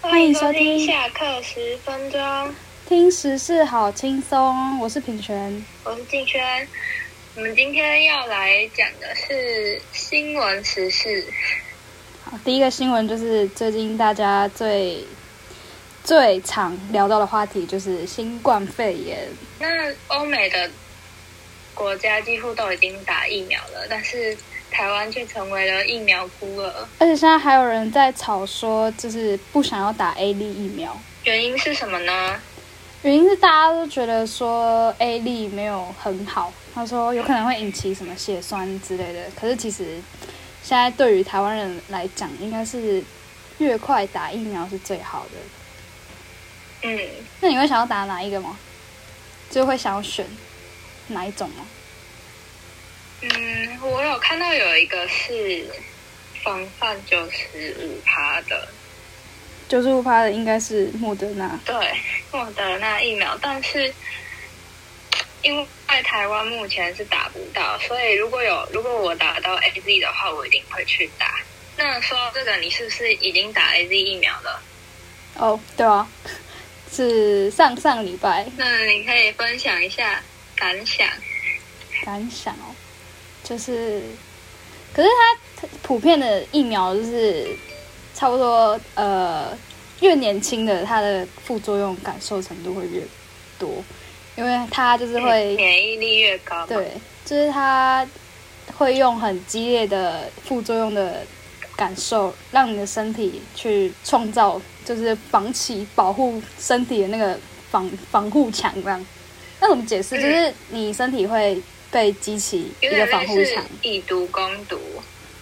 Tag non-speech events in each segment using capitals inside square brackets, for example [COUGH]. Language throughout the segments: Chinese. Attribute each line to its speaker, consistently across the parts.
Speaker 1: 欢迎收
Speaker 2: 听
Speaker 1: 听《
Speaker 2: 下课十分钟，
Speaker 1: 听时事好轻松》，我是品璇。
Speaker 2: 我是静轩。我们今天要来讲的是新闻时事，
Speaker 1: 好，第一个新闻就是最近大家最最常聊到的话题就是新冠肺炎。
Speaker 2: 那欧美的国家几乎都已经打疫苗了，但是台湾却成为了疫苗孤儿。
Speaker 1: 而且现在还有人在吵说，就是不想要打 A 粒疫苗，
Speaker 2: 原因是什么呢？
Speaker 1: 原因是大家都觉得说 A 粒没有很好，他说有可能会引起什么血栓之类的。可是其实现在对于台湾人来讲，应该是越快打疫苗是最好的。
Speaker 2: 嗯，
Speaker 1: 那你会想要打哪一个吗？就会想要选哪一种吗？
Speaker 2: 嗯，我有看到有一个是防范九十五趴的，
Speaker 1: 九十五趴的应该是莫德纳，
Speaker 2: 对莫德纳疫苗，但是因为台湾目前是打不到，所以如果有如果我打到 A Z 的话，我一定会去打。那说到这个，你是不是已经打 A Z 疫苗了？
Speaker 1: 哦，对啊， [LAUGHS] 是上上礼拜
Speaker 2: 那你可以分享一下感想。
Speaker 1: 感想哦，就是，可是它普遍的疫苗就是差不多，呃，越年轻的它的副作用感受程度会越多，因为它就是会
Speaker 2: 免疫力越高嘛，
Speaker 1: 对，就是它会用很激烈的副作用的感受，让你的身体去创造，就是防起保护身体的那个防防护墙这样。那怎么解释？
Speaker 2: 嗯
Speaker 1: 就是你身体会被激起一
Speaker 2: 有
Speaker 1: 个
Speaker 2: 点
Speaker 1: 防
Speaker 2: 类
Speaker 1: 护
Speaker 2: 似
Speaker 1: 墙，
Speaker 2: 以毒攻毒。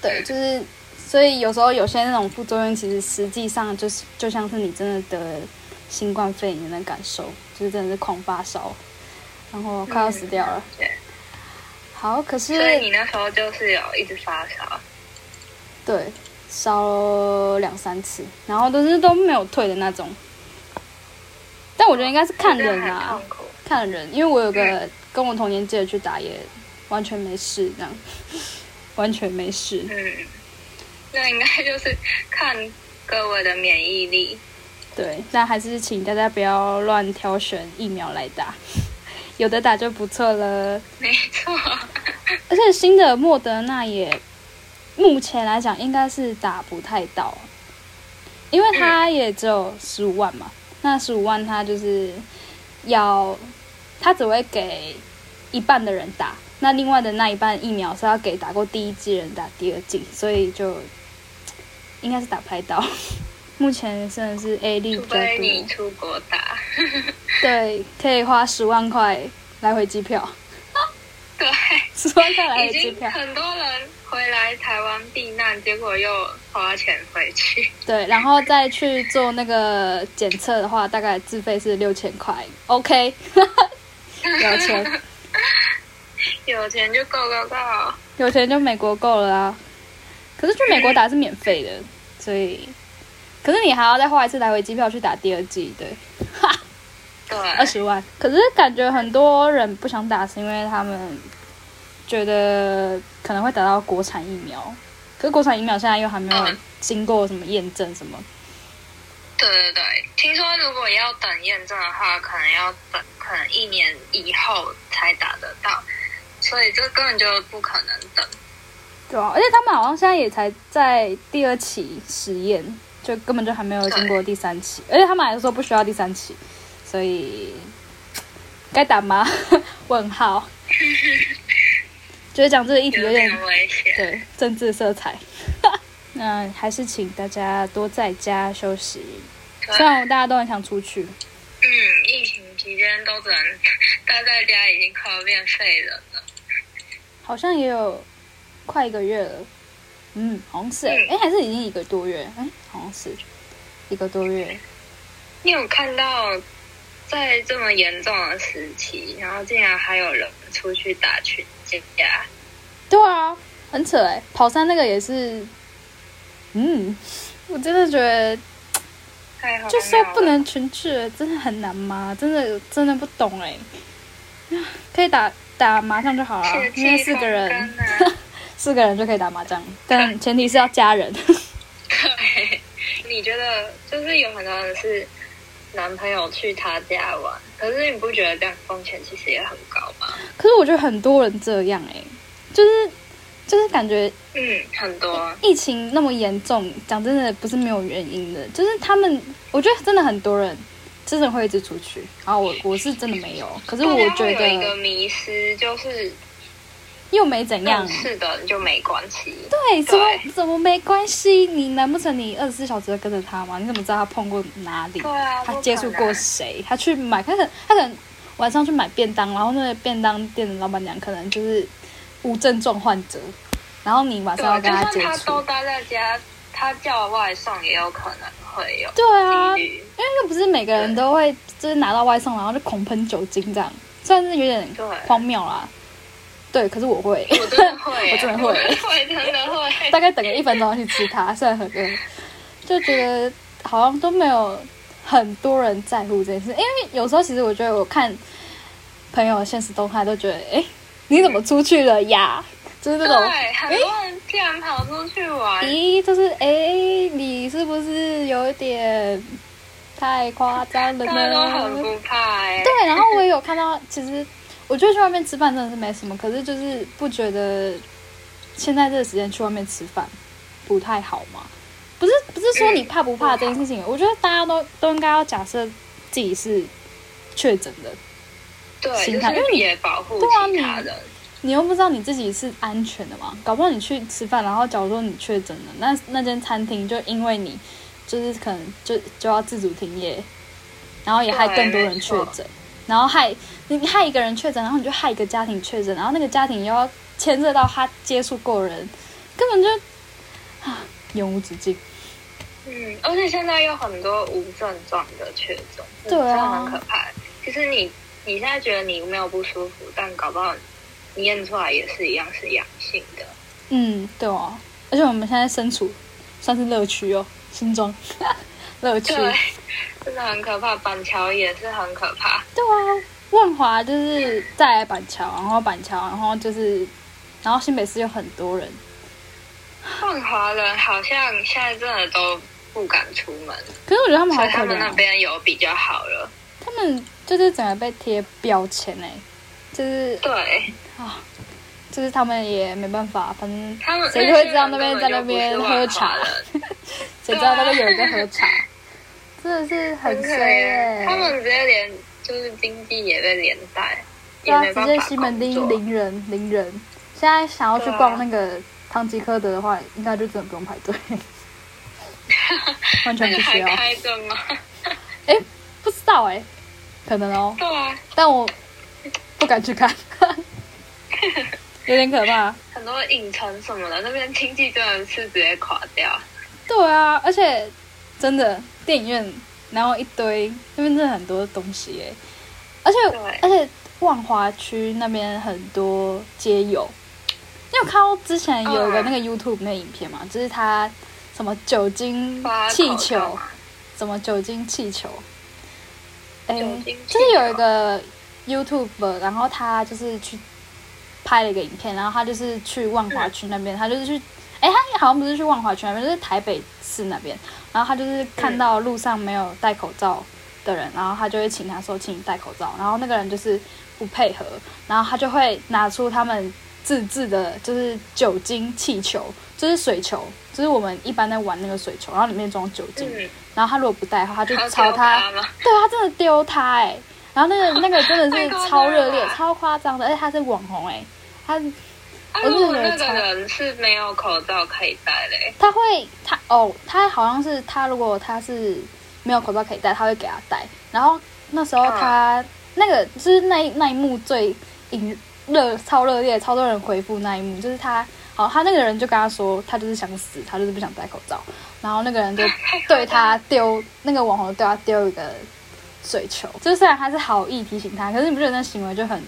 Speaker 1: 对，就是所以有时候有些那种副作用，其实实际上就是就像是你真的得了新冠肺炎的感受，就是真的是狂发烧，然后快要死掉了。
Speaker 2: 嗯对，
Speaker 1: 好，可是
Speaker 2: 所以你那时候就是有一直发烧。
Speaker 1: 对，烧了两三次，然后都是都没有退的那种。但我觉得应该是看
Speaker 2: 哦
Speaker 1: 人
Speaker 2: 真的嗯
Speaker 1: 啊
Speaker 2: 很，痛苦。
Speaker 1: 看人，因为我有个跟我同年纪的去打，也完全没事，这样 [LAUGHS] 完全没事。
Speaker 2: 嗯，那应该就是看各位的免疫力。
Speaker 1: 对，但还是请大家不要乱挑选疫苗来打， [LAUGHS] 有的打就不错了。
Speaker 2: 没错，
Speaker 1: 而且新的莫德纳也，目前来讲应该是打不太到，因为它也只有十五万嘛。那十五万它就是要，它只会给一半的人打，那另外的那一半疫苗是要给打过第一剂人打第二剂，所以就应该是打不太到。 [LAUGHS] 目前真的是 A 粒
Speaker 2: 除
Speaker 1: 比较
Speaker 2: 非你
Speaker 1: 多，
Speaker 2: 出国打。
Speaker 1: 对，可以花十万块来回机票， [LAUGHS]
Speaker 2: 对，
Speaker 1: 十万块来
Speaker 2: 已
Speaker 1: 回机
Speaker 2: 经
Speaker 1: 票。
Speaker 2: 很多人回来台湾避难，结果又花钱回去。 [LAUGHS]
Speaker 1: 对，然后再去做那个检测的话，大概自费是六千块，OK，有钱，
Speaker 2: 有钱就够够够。
Speaker 1: 有钱就美国够了啊。可是去美国打是免费的，所以，可是你还要再花一次来回机票去打第二季，对，
Speaker 2: 对，
Speaker 1: 二十万。可是感觉很多人不想打，是因为他们觉得可能会打到国产疫苗，可是国产疫苗现在又还没有
Speaker 2: 嗯
Speaker 1: 经过什么验证什么，
Speaker 2: 对对对，听说如果要等验证的话，可能要等可能一年以后才打得到，所以这根本就不可能等。
Speaker 1: 对啊，而且他们好像现在也才在第二期实验，就根本就还没有经过第三期，而且他们还说不需要第三期，所以该打吗？ [LAUGHS] 问号。觉得讲这个议题有
Speaker 2: 有
Speaker 1: 点
Speaker 2: 点危险。
Speaker 1: 对政治色彩， [LAUGHS] 那还是请大家多在家休息。
Speaker 2: 对
Speaker 1: 虽然我们大家都很想出去，
Speaker 2: 嗯，疫情期间都只能 [LAUGHS] 待在家，已经快要变废人了。
Speaker 1: 好像也有快一个月了，嗯，好像是、欸，哎、
Speaker 2: 嗯
Speaker 1: 还是已经一个多月，哎、好像是一个多月。
Speaker 2: 你有看到在这么严重的时期，然后竟然还有人出去打群架？
Speaker 1: 对啊，很扯哎、跑山那个也是，嗯，我真的觉得
Speaker 2: 太好，
Speaker 1: 就是不。能群聚了，真的很难吗？真的真的不懂哎、 [SIGHS] 可以打打麻将就好了，因为四个人
Speaker 2: 啊
Speaker 1: [LAUGHS]
Speaker 2: [LAUGHS]
Speaker 1: 四个人就可以打麻将，但前提是要家人。
Speaker 2: 对，你觉得就是有很多人是男朋友去他家玩，可是你不觉得这样风险其实也很高吗？
Speaker 1: [LAUGHS] 可是我觉得很多人这样哎、就是就是感觉
Speaker 2: 嗯，很多啊。
Speaker 1: 疫情那么严重，讲真的不是没有原因的，就是他们，我觉得真的很多人真的会一直出去，然后我我是真的没有，可是
Speaker 2: 大
Speaker 1: 我
Speaker 2: 家
Speaker 1: 觉
Speaker 2: 会有一个
Speaker 1: 得
Speaker 2: 迷失，就是
Speaker 1: 又没怎样
Speaker 2: 认，识的人就没关系。
Speaker 1: 对，怎
Speaker 2: 嗯对
Speaker 1: 么怎么没关系？你难不成你二十四小时都跟着他吗？你怎么知道他碰过哪里？
Speaker 2: 对啊，
Speaker 1: 他
Speaker 2: 不
Speaker 1: 接
Speaker 2: 可
Speaker 1: 触
Speaker 2: 能
Speaker 1: 过谁？他去买，他可能他可能晚上去买便当，然后那个便当店的老板娘可能就是无症状患者，然后你晚
Speaker 2: 对，啊
Speaker 1: 上要跟他
Speaker 2: 就
Speaker 1: 接
Speaker 2: 算他都
Speaker 1: 触。
Speaker 2: 待在家，他叫外送也有可能会有
Speaker 1: 对啊，
Speaker 2: 几
Speaker 1: [LAUGHS]
Speaker 2: 率。
Speaker 1: 因为又不是每个人都会就是拿到外送，然后就狂喷酒精这样，虽然是有点
Speaker 2: 对
Speaker 1: 荒谬啦。对，可是我会
Speaker 2: 我真的会、
Speaker 1: 我真的会
Speaker 2: 会，真的会。
Speaker 1: 大概等个一分钟去吃它，虽然很饿，就觉得好像都没有很多人在乎这件事。因为有时候其实我觉得我看朋友的现实动态都觉得，哎、你怎么出去了呀？就是这种，
Speaker 2: 对，很多人竟然跑出去玩，
Speaker 1: 咦，就是哎、诶你是不是有点太夸张了
Speaker 2: 大家都
Speaker 1: 呢
Speaker 2: 很？不怕哎、
Speaker 1: 对，然后我也有看到，其实我觉得去外面吃饭真的是没什么，可是就是不觉得现在这个时间去外面吃饭不太好嘛？不是不是说你怕不怕这件事情，我觉得大家都都应该要假设自己是确诊的，
Speaker 2: 对，
Speaker 1: 心
Speaker 2: 就
Speaker 1: 态因为
Speaker 2: 是
Speaker 1: 你
Speaker 2: 也保护
Speaker 1: 对啊
Speaker 2: 其他人。
Speaker 1: 你又不知道你自己是安全的嘛？搞不好你去吃饭，然后假如说你确诊了，那那间餐厅就因为你就是可能就就要自主停业，然后也害
Speaker 2: 对
Speaker 1: 更多
Speaker 2: 没
Speaker 1: 人确
Speaker 2: 错
Speaker 1: 诊，然后害你害一个人确诊，然后你就害一个家庭确诊，然后那个家庭又要牵涉到他接触过的人，根本就啊永无止境。
Speaker 2: 嗯，而且现在有很多无症状的确诊，
Speaker 1: 对啊
Speaker 2: 这样很可怕。其实你你现在觉得你没有不舒服，但搞不好你验出来也是一样是阳性的。
Speaker 1: 嗯，对哦，而且我们现在身处算是乐区哦，新庄 [LAUGHS] 乐区。
Speaker 2: 对， [LAUGHS] 真的很可怕。板桥也是很可怕。
Speaker 1: 对啊，万华就是再来板桥，然后板桥，然后就是，然后新北市有很多人，
Speaker 2: 万华人好像现在真的都不敢出门，
Speaker 1: 可是我觉得他们好
Speaker 2: 所以
Speaker 1: 可
Speaker 2: 他们
Speaker 1: 怜、
Speaker 2: 那
Speaker 1: 哦，
Speaker 2: 边有比较好了。
Speaker 1: 他们就是整个被贴标签哎、就是
Speaker 2: 对
Speaker 1: 啊，就是他们也没办法，反正
Speaker 2: 他们，
Speaker 1: 谁会知道那边在那边喝茶
Speaker 2: 人？
Speaker 1: 谁知道那边有人在喝
Speaker 2: [LAUGHS]
Speaker 1: 茶，真的是
Speaker 2: 很
Speaker 1: 很
Speaker 2: 可
Speaker 1: 衰哎、
Speaker 2: 怜。他们直接连就是经济也被连带，
Speaker 1: 对
Speaker 2: 也
Speaker 1: 啊，
Speaker 2: 没
Speaker 1: 直
Speaker 2: 办
Speaker 1: 接
Speaker 2: 法
Speaker 1: 西
Speaker 2: 工
Speaker 1: 门町
Speaker 2: 作。
Speaker 1: 零人零人，现在想要去
Speaker 2: 对啊
Speaker 1: 逛那个唐吉诃德的话，应该就真的不用排队，
Speaker 2: [LAUGHS]
Speaker 1: 完全
Speaker 2: 那
Speaker 1: 不
Speaker 2: 个
Speaker 1: 需
Speaker 2: 还
Speaker 1: 要。
Speaker 2: 开着吗？
Speaker 1: 不知道哎、可能哦，
Speaker 2: 对啊，
Speaker 1: 但我不敢去看， [LAUGHS] 有点可怕。
Speaker 2: 很多影城什么的，那边经济真的是直接垮掉。
Speaker 1: 对啊，而且真的电影院，然后一堆那边真的很多东西哎、而且
Speaker 2: 对
Speaker 1: 而且万华区那边很多街友，你有看到之前有一个
Speaker 2: 嗯
Speaker 1: 那个 YouTube 那个影片吗？就是他什么酒精
Speaker 2: 发
Speaker 1: 气
Speaker 2: 口罩
Speaker 1: 球
Speaker 2: 嘛，
Speaker 1: 什么酒精气球，哎、
Speaker 2: 酒精气
Speaker 1: 就是有一
Speaker 2: 球
Speaker 1: 个 YouTube，然后他就是去拍了一个影片，然后他就是去万华区那边，他就是去，哎、他好像不是去万华区那边，就是台北市那边，然后他就是看到路上没有戴口罩的人，然后他就会请他说，请你戴口罩，然后那个人就是不配合，然后他就会拿出他们自制的，就是酒精气球，就是水球，就是我们一般在玩那个水球，然后里面装酒精，
Speaker 2: 嗯，
Speaker 1: 然后他如果不戴的话，他就
Speaker 2: 还有
Speaker 1: 朝
Speaker 2: 丢
Speaker 1: 他
Speaker 2: 它吗？
Speaker 1: 对他真的丢他哎、然后那个那个真的
Speaker 2: 太
Speaker 1: 是
Speaker 2: 夸张
Speaker 1: 超热烈、
Speaker 2: 了吧
Speaker 1: 超夸张的，而且他是网红哎、他
Speaker 2: 啊，
Speaker 1: 我
Speaker 2: 如果
Speaker 1: 真的
Speaker 2: 那个
Speaker 1: 超
Speaker 2: 人是没有口罩可以戴欸嘞，
Speaker 1: 他会他哦，他好像是他如果他是没有口罩可以戴，他会给他戴。然后那时候
Speaker 2: 嗯
Speaker 1: 他、那个就是那一那一幕最引热超热烈，超多人回复那一幕，就是他好他那个人就跟他说他就是想死，他就是不想戴口罩。然后那个人就对他丢那个网红对他丢一个水球，就是虽然他是好意提醒他，可是你不觉得那行为就很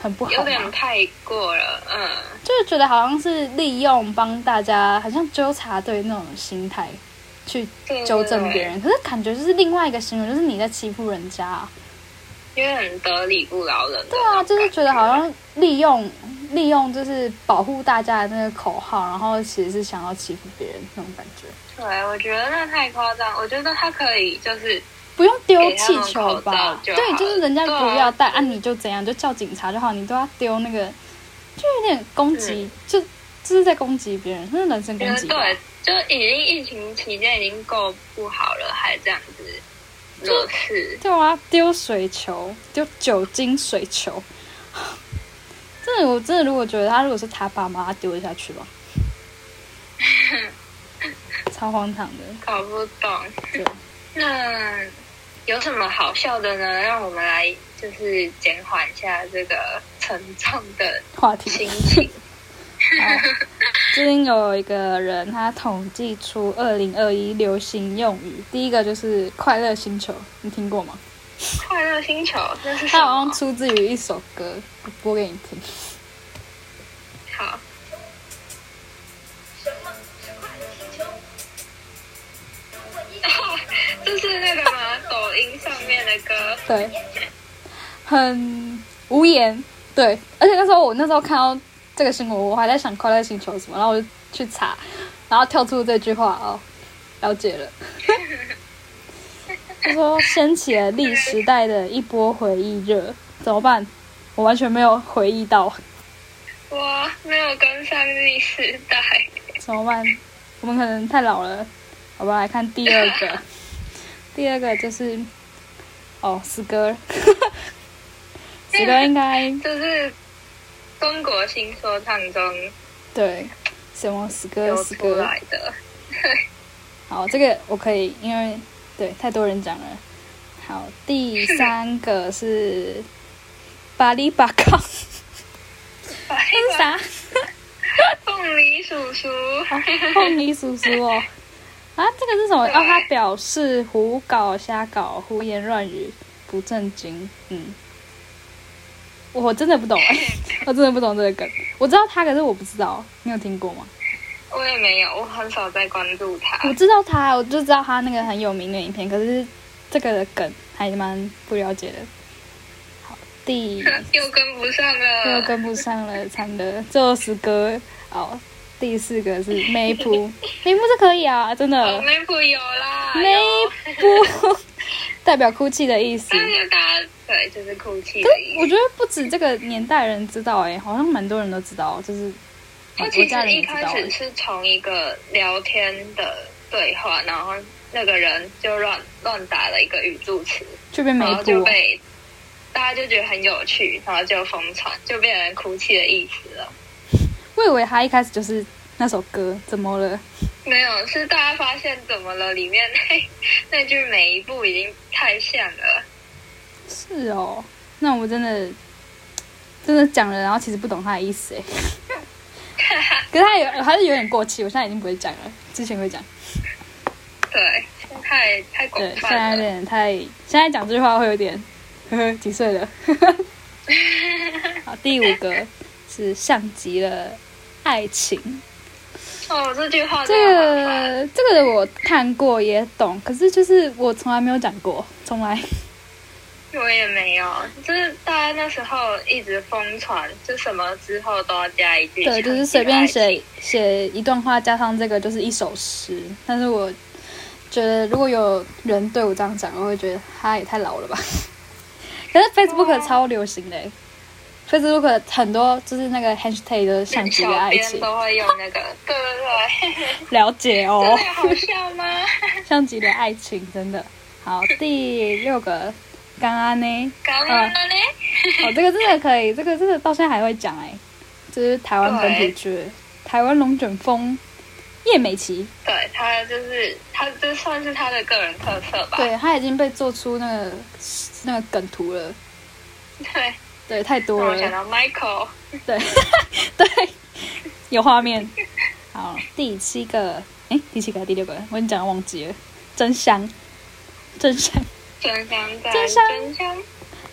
Speaker 1: 很不好吗？
Speaker 2: 有点太过了，嗯，
Speaker 1: 就是觉得好像是利用帮大家，好像纠察队那种心态去
Speaker 2: 对哎对
Speaker 1: 纠正别人，可是感觉就是另外一个行为，就是你在欺负人家啊、
Speaker 2: 对有点得理不饶人的
Speaker 1: 对
Speaker 2: 那
Speaker 1: 啊，
Speaker 2: 种感觉。
Speaker 1: 就是觉得好像利用利用就是保护大家的那个口号，然后其实是想要欺负别人那种感觉。
Speaker 2: 对，我觉得那太夸张。我觉得他可以就是
Speaker 1: 不用丢气球
Speaker 2: 给他们口罩？
Speaker 1: 吧
Speaker 2: 就好
Speaker 1: 对，就是人家
Speaker 2: 对啊
Speaker 1: 不要带，啊，你就怎样，就叫警察就好，你都要丢那个，就有点攻击，就就是在攻击别人，那是人身
Speaker 2: 觉
Speaker 1: 攻
Speaker 2: 得
Speaker 1: 击吧。
Speaker 2: 嗯对，啊就已经疫情期间已经够不好了，还这样子惹事。
Speaker 1: 对啊，丢水球，丢酒精水球。真的，我真的如果觉得他如果是他爸妈，他丢得下去
Speaker 2: [LAUGHS]
Speaker 1: 吧，超荒唐的。
Speaker 2: 搞不懂
Speaker 1: 对。
Speaker 2: [LAUGHS] 那有什么好笑的呢？让我们来就是减缓一下这个沉重的
Speaker 1: 话题。
Speaker 2: 心情。 [LAUGHS]
Speaker 1: 好最近哦有一个人，他统计出二零二一流行用语，第一个就是“快乐星球”，你听过吗？
Speaker 2: 快乐星球，那是什
Speaker 1: 它好像
Speaker 2: 么？
Speaker 1: 出自于一首歌，我播给你听。
Speaker 2: 好，
Speaker 3: 什么是快乐星球？如果一
Speaker 2: 然后这是那个吗？抖音上面的歌。
Speaker 1: 对，很无言。对，而且那时候我那时候看到这个新闻，我还在想《快乐星球》什么，然后我就去查，然后跳出这句话哦，了解了。他说掀起了历时代的一波回忆热，怎么办？我完全没有回忆到，
Speaker 2: 我没有跟上历时代，
Speaker 1: 怎么办？我们可能太老了，好吧？来看第二个， [LAUGHS] 第二个就是哦，死歌， [LAUGHS] 死歌应该
Speaker 2: 就是中国新说唱中
Speaker 1: 对，什么死歌
Speaker 2: 流
Speaker 1: 死
Speaker 2: 出
Speaker 1: 歌。
Speaker 2: 来的。
Speaker 1: 好，这个我可以，因为对太多人讲了。好，第三个是
Speaker 2: [LAUGHS]
Speaker 1: 巴里巴康，
Speaker 2: 白
Speaker 1: 这是啥？
Speaker 2: 凤梨叔叔，
Speaker 1: 凤梨叔叔哦。啊，这个是什么？哦，他表示胡搞瞎搞、胡言乱语、不正经。嗯，我真的
Speaker 2: [LAUGHS]
Speaker 1: 不懂、哎，我真的不懂这个梗。我知道他，可是我不知道。你有听过吗？
Speaker 2: 我也没有，我很少在关注他
Speaker 1: 我。知道他，我就知道他那个很有名的影片，可是这个的梗还蛮不了解的。好，
Speaker 2: [LAUGHS]
Speaker 1: 第
Speaker 2: 又跟不上
Speaker 1: 又
Speaker 2: 了，
Speaker 1: 跟不上了，惨了，这首歌哦。第四个是梅普，
Speaker 2: [LAUGHS]
Speaker 1: 梅普是可以啊，真
Speaker 2: 我
Speaker 1: 的
Speaker 2: 们不有啦，
Speaker 1: 梅
Speaker 2: 有
Speaker 1: 普 [LAUGHS] 代表哭泣的意思。
Speaker 2: 但是大家对就是哭泣
Speaker 1: 可
Speaker 2: 的
Speaker 1: 是我
Speaker 2: 意思。
Speaker 1: 觉得不止这个年代人知道、哎，好像蛮多人都知道，就是
Speaker 2: 他
Speaker 1: 我
Speaker 2: 其
Speaker 1: 家
Speaker 2: 实
Speaker 1: 人也
Speaker 2: 一
Speaker 1: 知
Speaker 2: 开
Speaker 1: 道、
Speaker 2: 始
Speaker 1: 哎
Speaker 2: 是从一个聊天的对话，然后那个人就乱乱打了一个语助词，
Speaker 1: 就变梅
Speaker 2: 然后
Speaker 1: 普
Speaker 2: 就
Speaker 1: 哦。
Speaker 2: 被大家就觉得很有趣，然后就疯传，就变成哭泣的意思了。
Speaker 1: 我以为他一开始就是那首歌，怎么了？
Speaker 2: 没有，是大家发现怎么了？里面那 [LAUGHS] 那句每一步已经太像了。
Speaker 1: 是哦，那我真的真的讲了，然后其实不懂他的意思哎。可是他有还是有点过气，我现在已经不会讲了，之前会讲。
Speaker 2: 对，太太广
Speaker 1: 对，现在
Speaker 2: 泛
Speaker 1: 有
Speaker 2: 了。
Speaker 1: 点太，现在讲这句话会有点，呵呵，几岁了？ [LAUGHS] 好，第五个是像极了爱情，
Speaker 2: 哦，这句话
Speaker 1: 这
Speaker 2: 真的好烦。
Speaker 1: 个这个我看过也懂，可是就是我从来没有讲过，从来。
Speaker 2: 我也没有，就是大家那时候一直疯传，就什么之后都要加一句。
Speaker 1: 对，就是随便。写写一段话，加上这个就是一首诗。但是我觉得，如果有人对我这样讲，我会觉得他也太老了吧。可是
Speaker 2: 哦
Speaker 1: Facebook 超流行的欸、f a c e b o o k 很多就是那个 hashtag 的像极了
Speaker 2: 小
Speaker 1: 爱
Speaker 2: 编
Speaker 1: 情，
Speaker 2: 都会用那
Speaker 1: [LAUGHS]
Speaker 2: 个，对对对，
Speaker 1: 了解哦。
Speaker 2: 真的有好笑
Speaker 1: [LAUGHS]
Speaker 2: 吗？
Speaker 1: 像极了爱情，真的好。第六个，刚刚呢？
Speaker 2: 刚刚呢？
Speaker 1: 哦，这个真的可以，这个真的到现在还会讲哎、这是台湾本土剧，台湾龙卷风，叶美琪。
Speaker 2: 对他就是他，这算是他的个人特色吧。
Speaker 1: 对，他已经被做出那个那个梗图了，
Speaker 2: 对，
Speaker 1: 对，太
Speaker 2: 让
Speaker 1: 多
Speaker 2: 我想
Speaker 1: 了，
Speaker 2: 到 Michael。
Speaker 1: 对 [LAUGHS] 对，有画面。好，第七个，哎，第七个还是第六个，我跟你讲忘记了，真香，真香，
Speaker 2: 真香在
Speaker 1: 真香
Speaker 2: 真香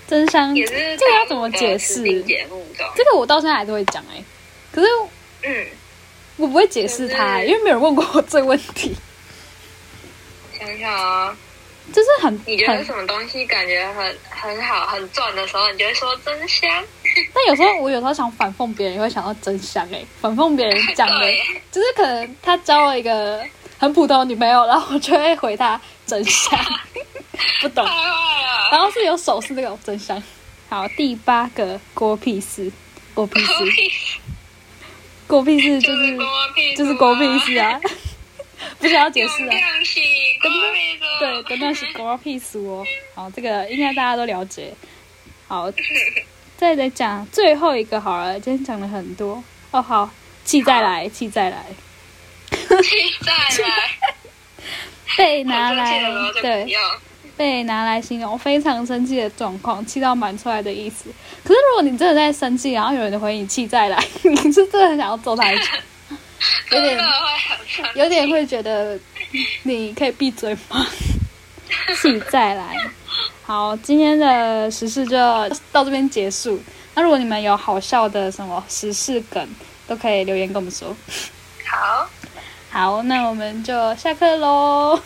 Speaker 1: 真香，
Speaker 2: 也是
Speaker 1: 这个要怎么解释
Speaker 2: 大陆的实境节目中，
Speaker 1: 这个我到现在还是会讲哎、可是
Speaker 2: 嗯，
Speaker 1: 我不会解释它、
Speaker 2: 就是
Speaker 1: 因为没有人问过我这个问题，
Speaker 2: 想想啊，
Speaker 1: 就是很
Speaker 2: 你觉得
Speaker 1: 很
Speaker 2: 什么东西感觉很很好很赚的时候，你就会说真香，
Speaker 1: 但有时候我有时候想反讽别人，也会想到真相哎、反讽别人讲的
Speaker 2: 对，
Speaker 1: 就是可能他交了一个很普通的女朋友，然后我就会回他真 [LAUGHS] 相，不懂。
Speaker 2: 太坏了，
Speaker 1: 然后是有手势那种真相。好，第八个郭屁事，郭屁事
Speaker 2: 狗，屁事
Speaker 1: 郭屁事就
Speaker 2: 就是
Speaker 1: 是
Speaker 2: 狗屁，
Speaker 1: 就是郭屁事，
Speaker 2: [LAUGHS]
Speaker 1: 啊， [LAUGHS] 不需要解释啊。
Speaker 2: 勇气，
Speaker 1: 真
Speaker 2: 狗
Speaker 1: 的
Speaker 2: 屁事，
Speaker 1: 对，真
Speaker 2: [LAUGHS]
Speaker 1: 的是 girl piece 哦。好，这个应该大家都了解。好，再来讲最后一个好了，今天讲了很多哦。好，气再来，气再来，
Speaker 2: 气再来，
Speaker 1: 被 [LAUGHS] 拿
Speaker 2: 我生气的时候
Speaker 1: 来
Speaker 2: 就不
Speaker 1: 对，
Speaker 2: 要
Speaker 1: 被拿来形容非常生气的状况，气到满出来的意思。可是如果你真的在生气，然后有人回你气再来， [LAUGHS] 你是真的很想要揍他一拳，有
Speaker 2: 真
Speaker 1: 点
Speaker 2: 的会很生气
Speaker 1: 有点会觉得你可以闭嘴吗？气再来。好，今天的时事就到这边结束。那如果你们有好笑的什么时事梗，都可以留言跟我们说。
Speaker 2: 好。
Speaker 1: 好，那我们就下课喽。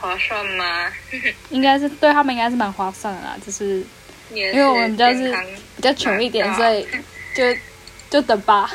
Speaker 2: 划算吗？
Speaker 1: 应该是对他们应该是蛮划算的啦，就是
Speaker 2: 因
Speaker 1: 因为我们家是比较穷一点，所以就就等吧。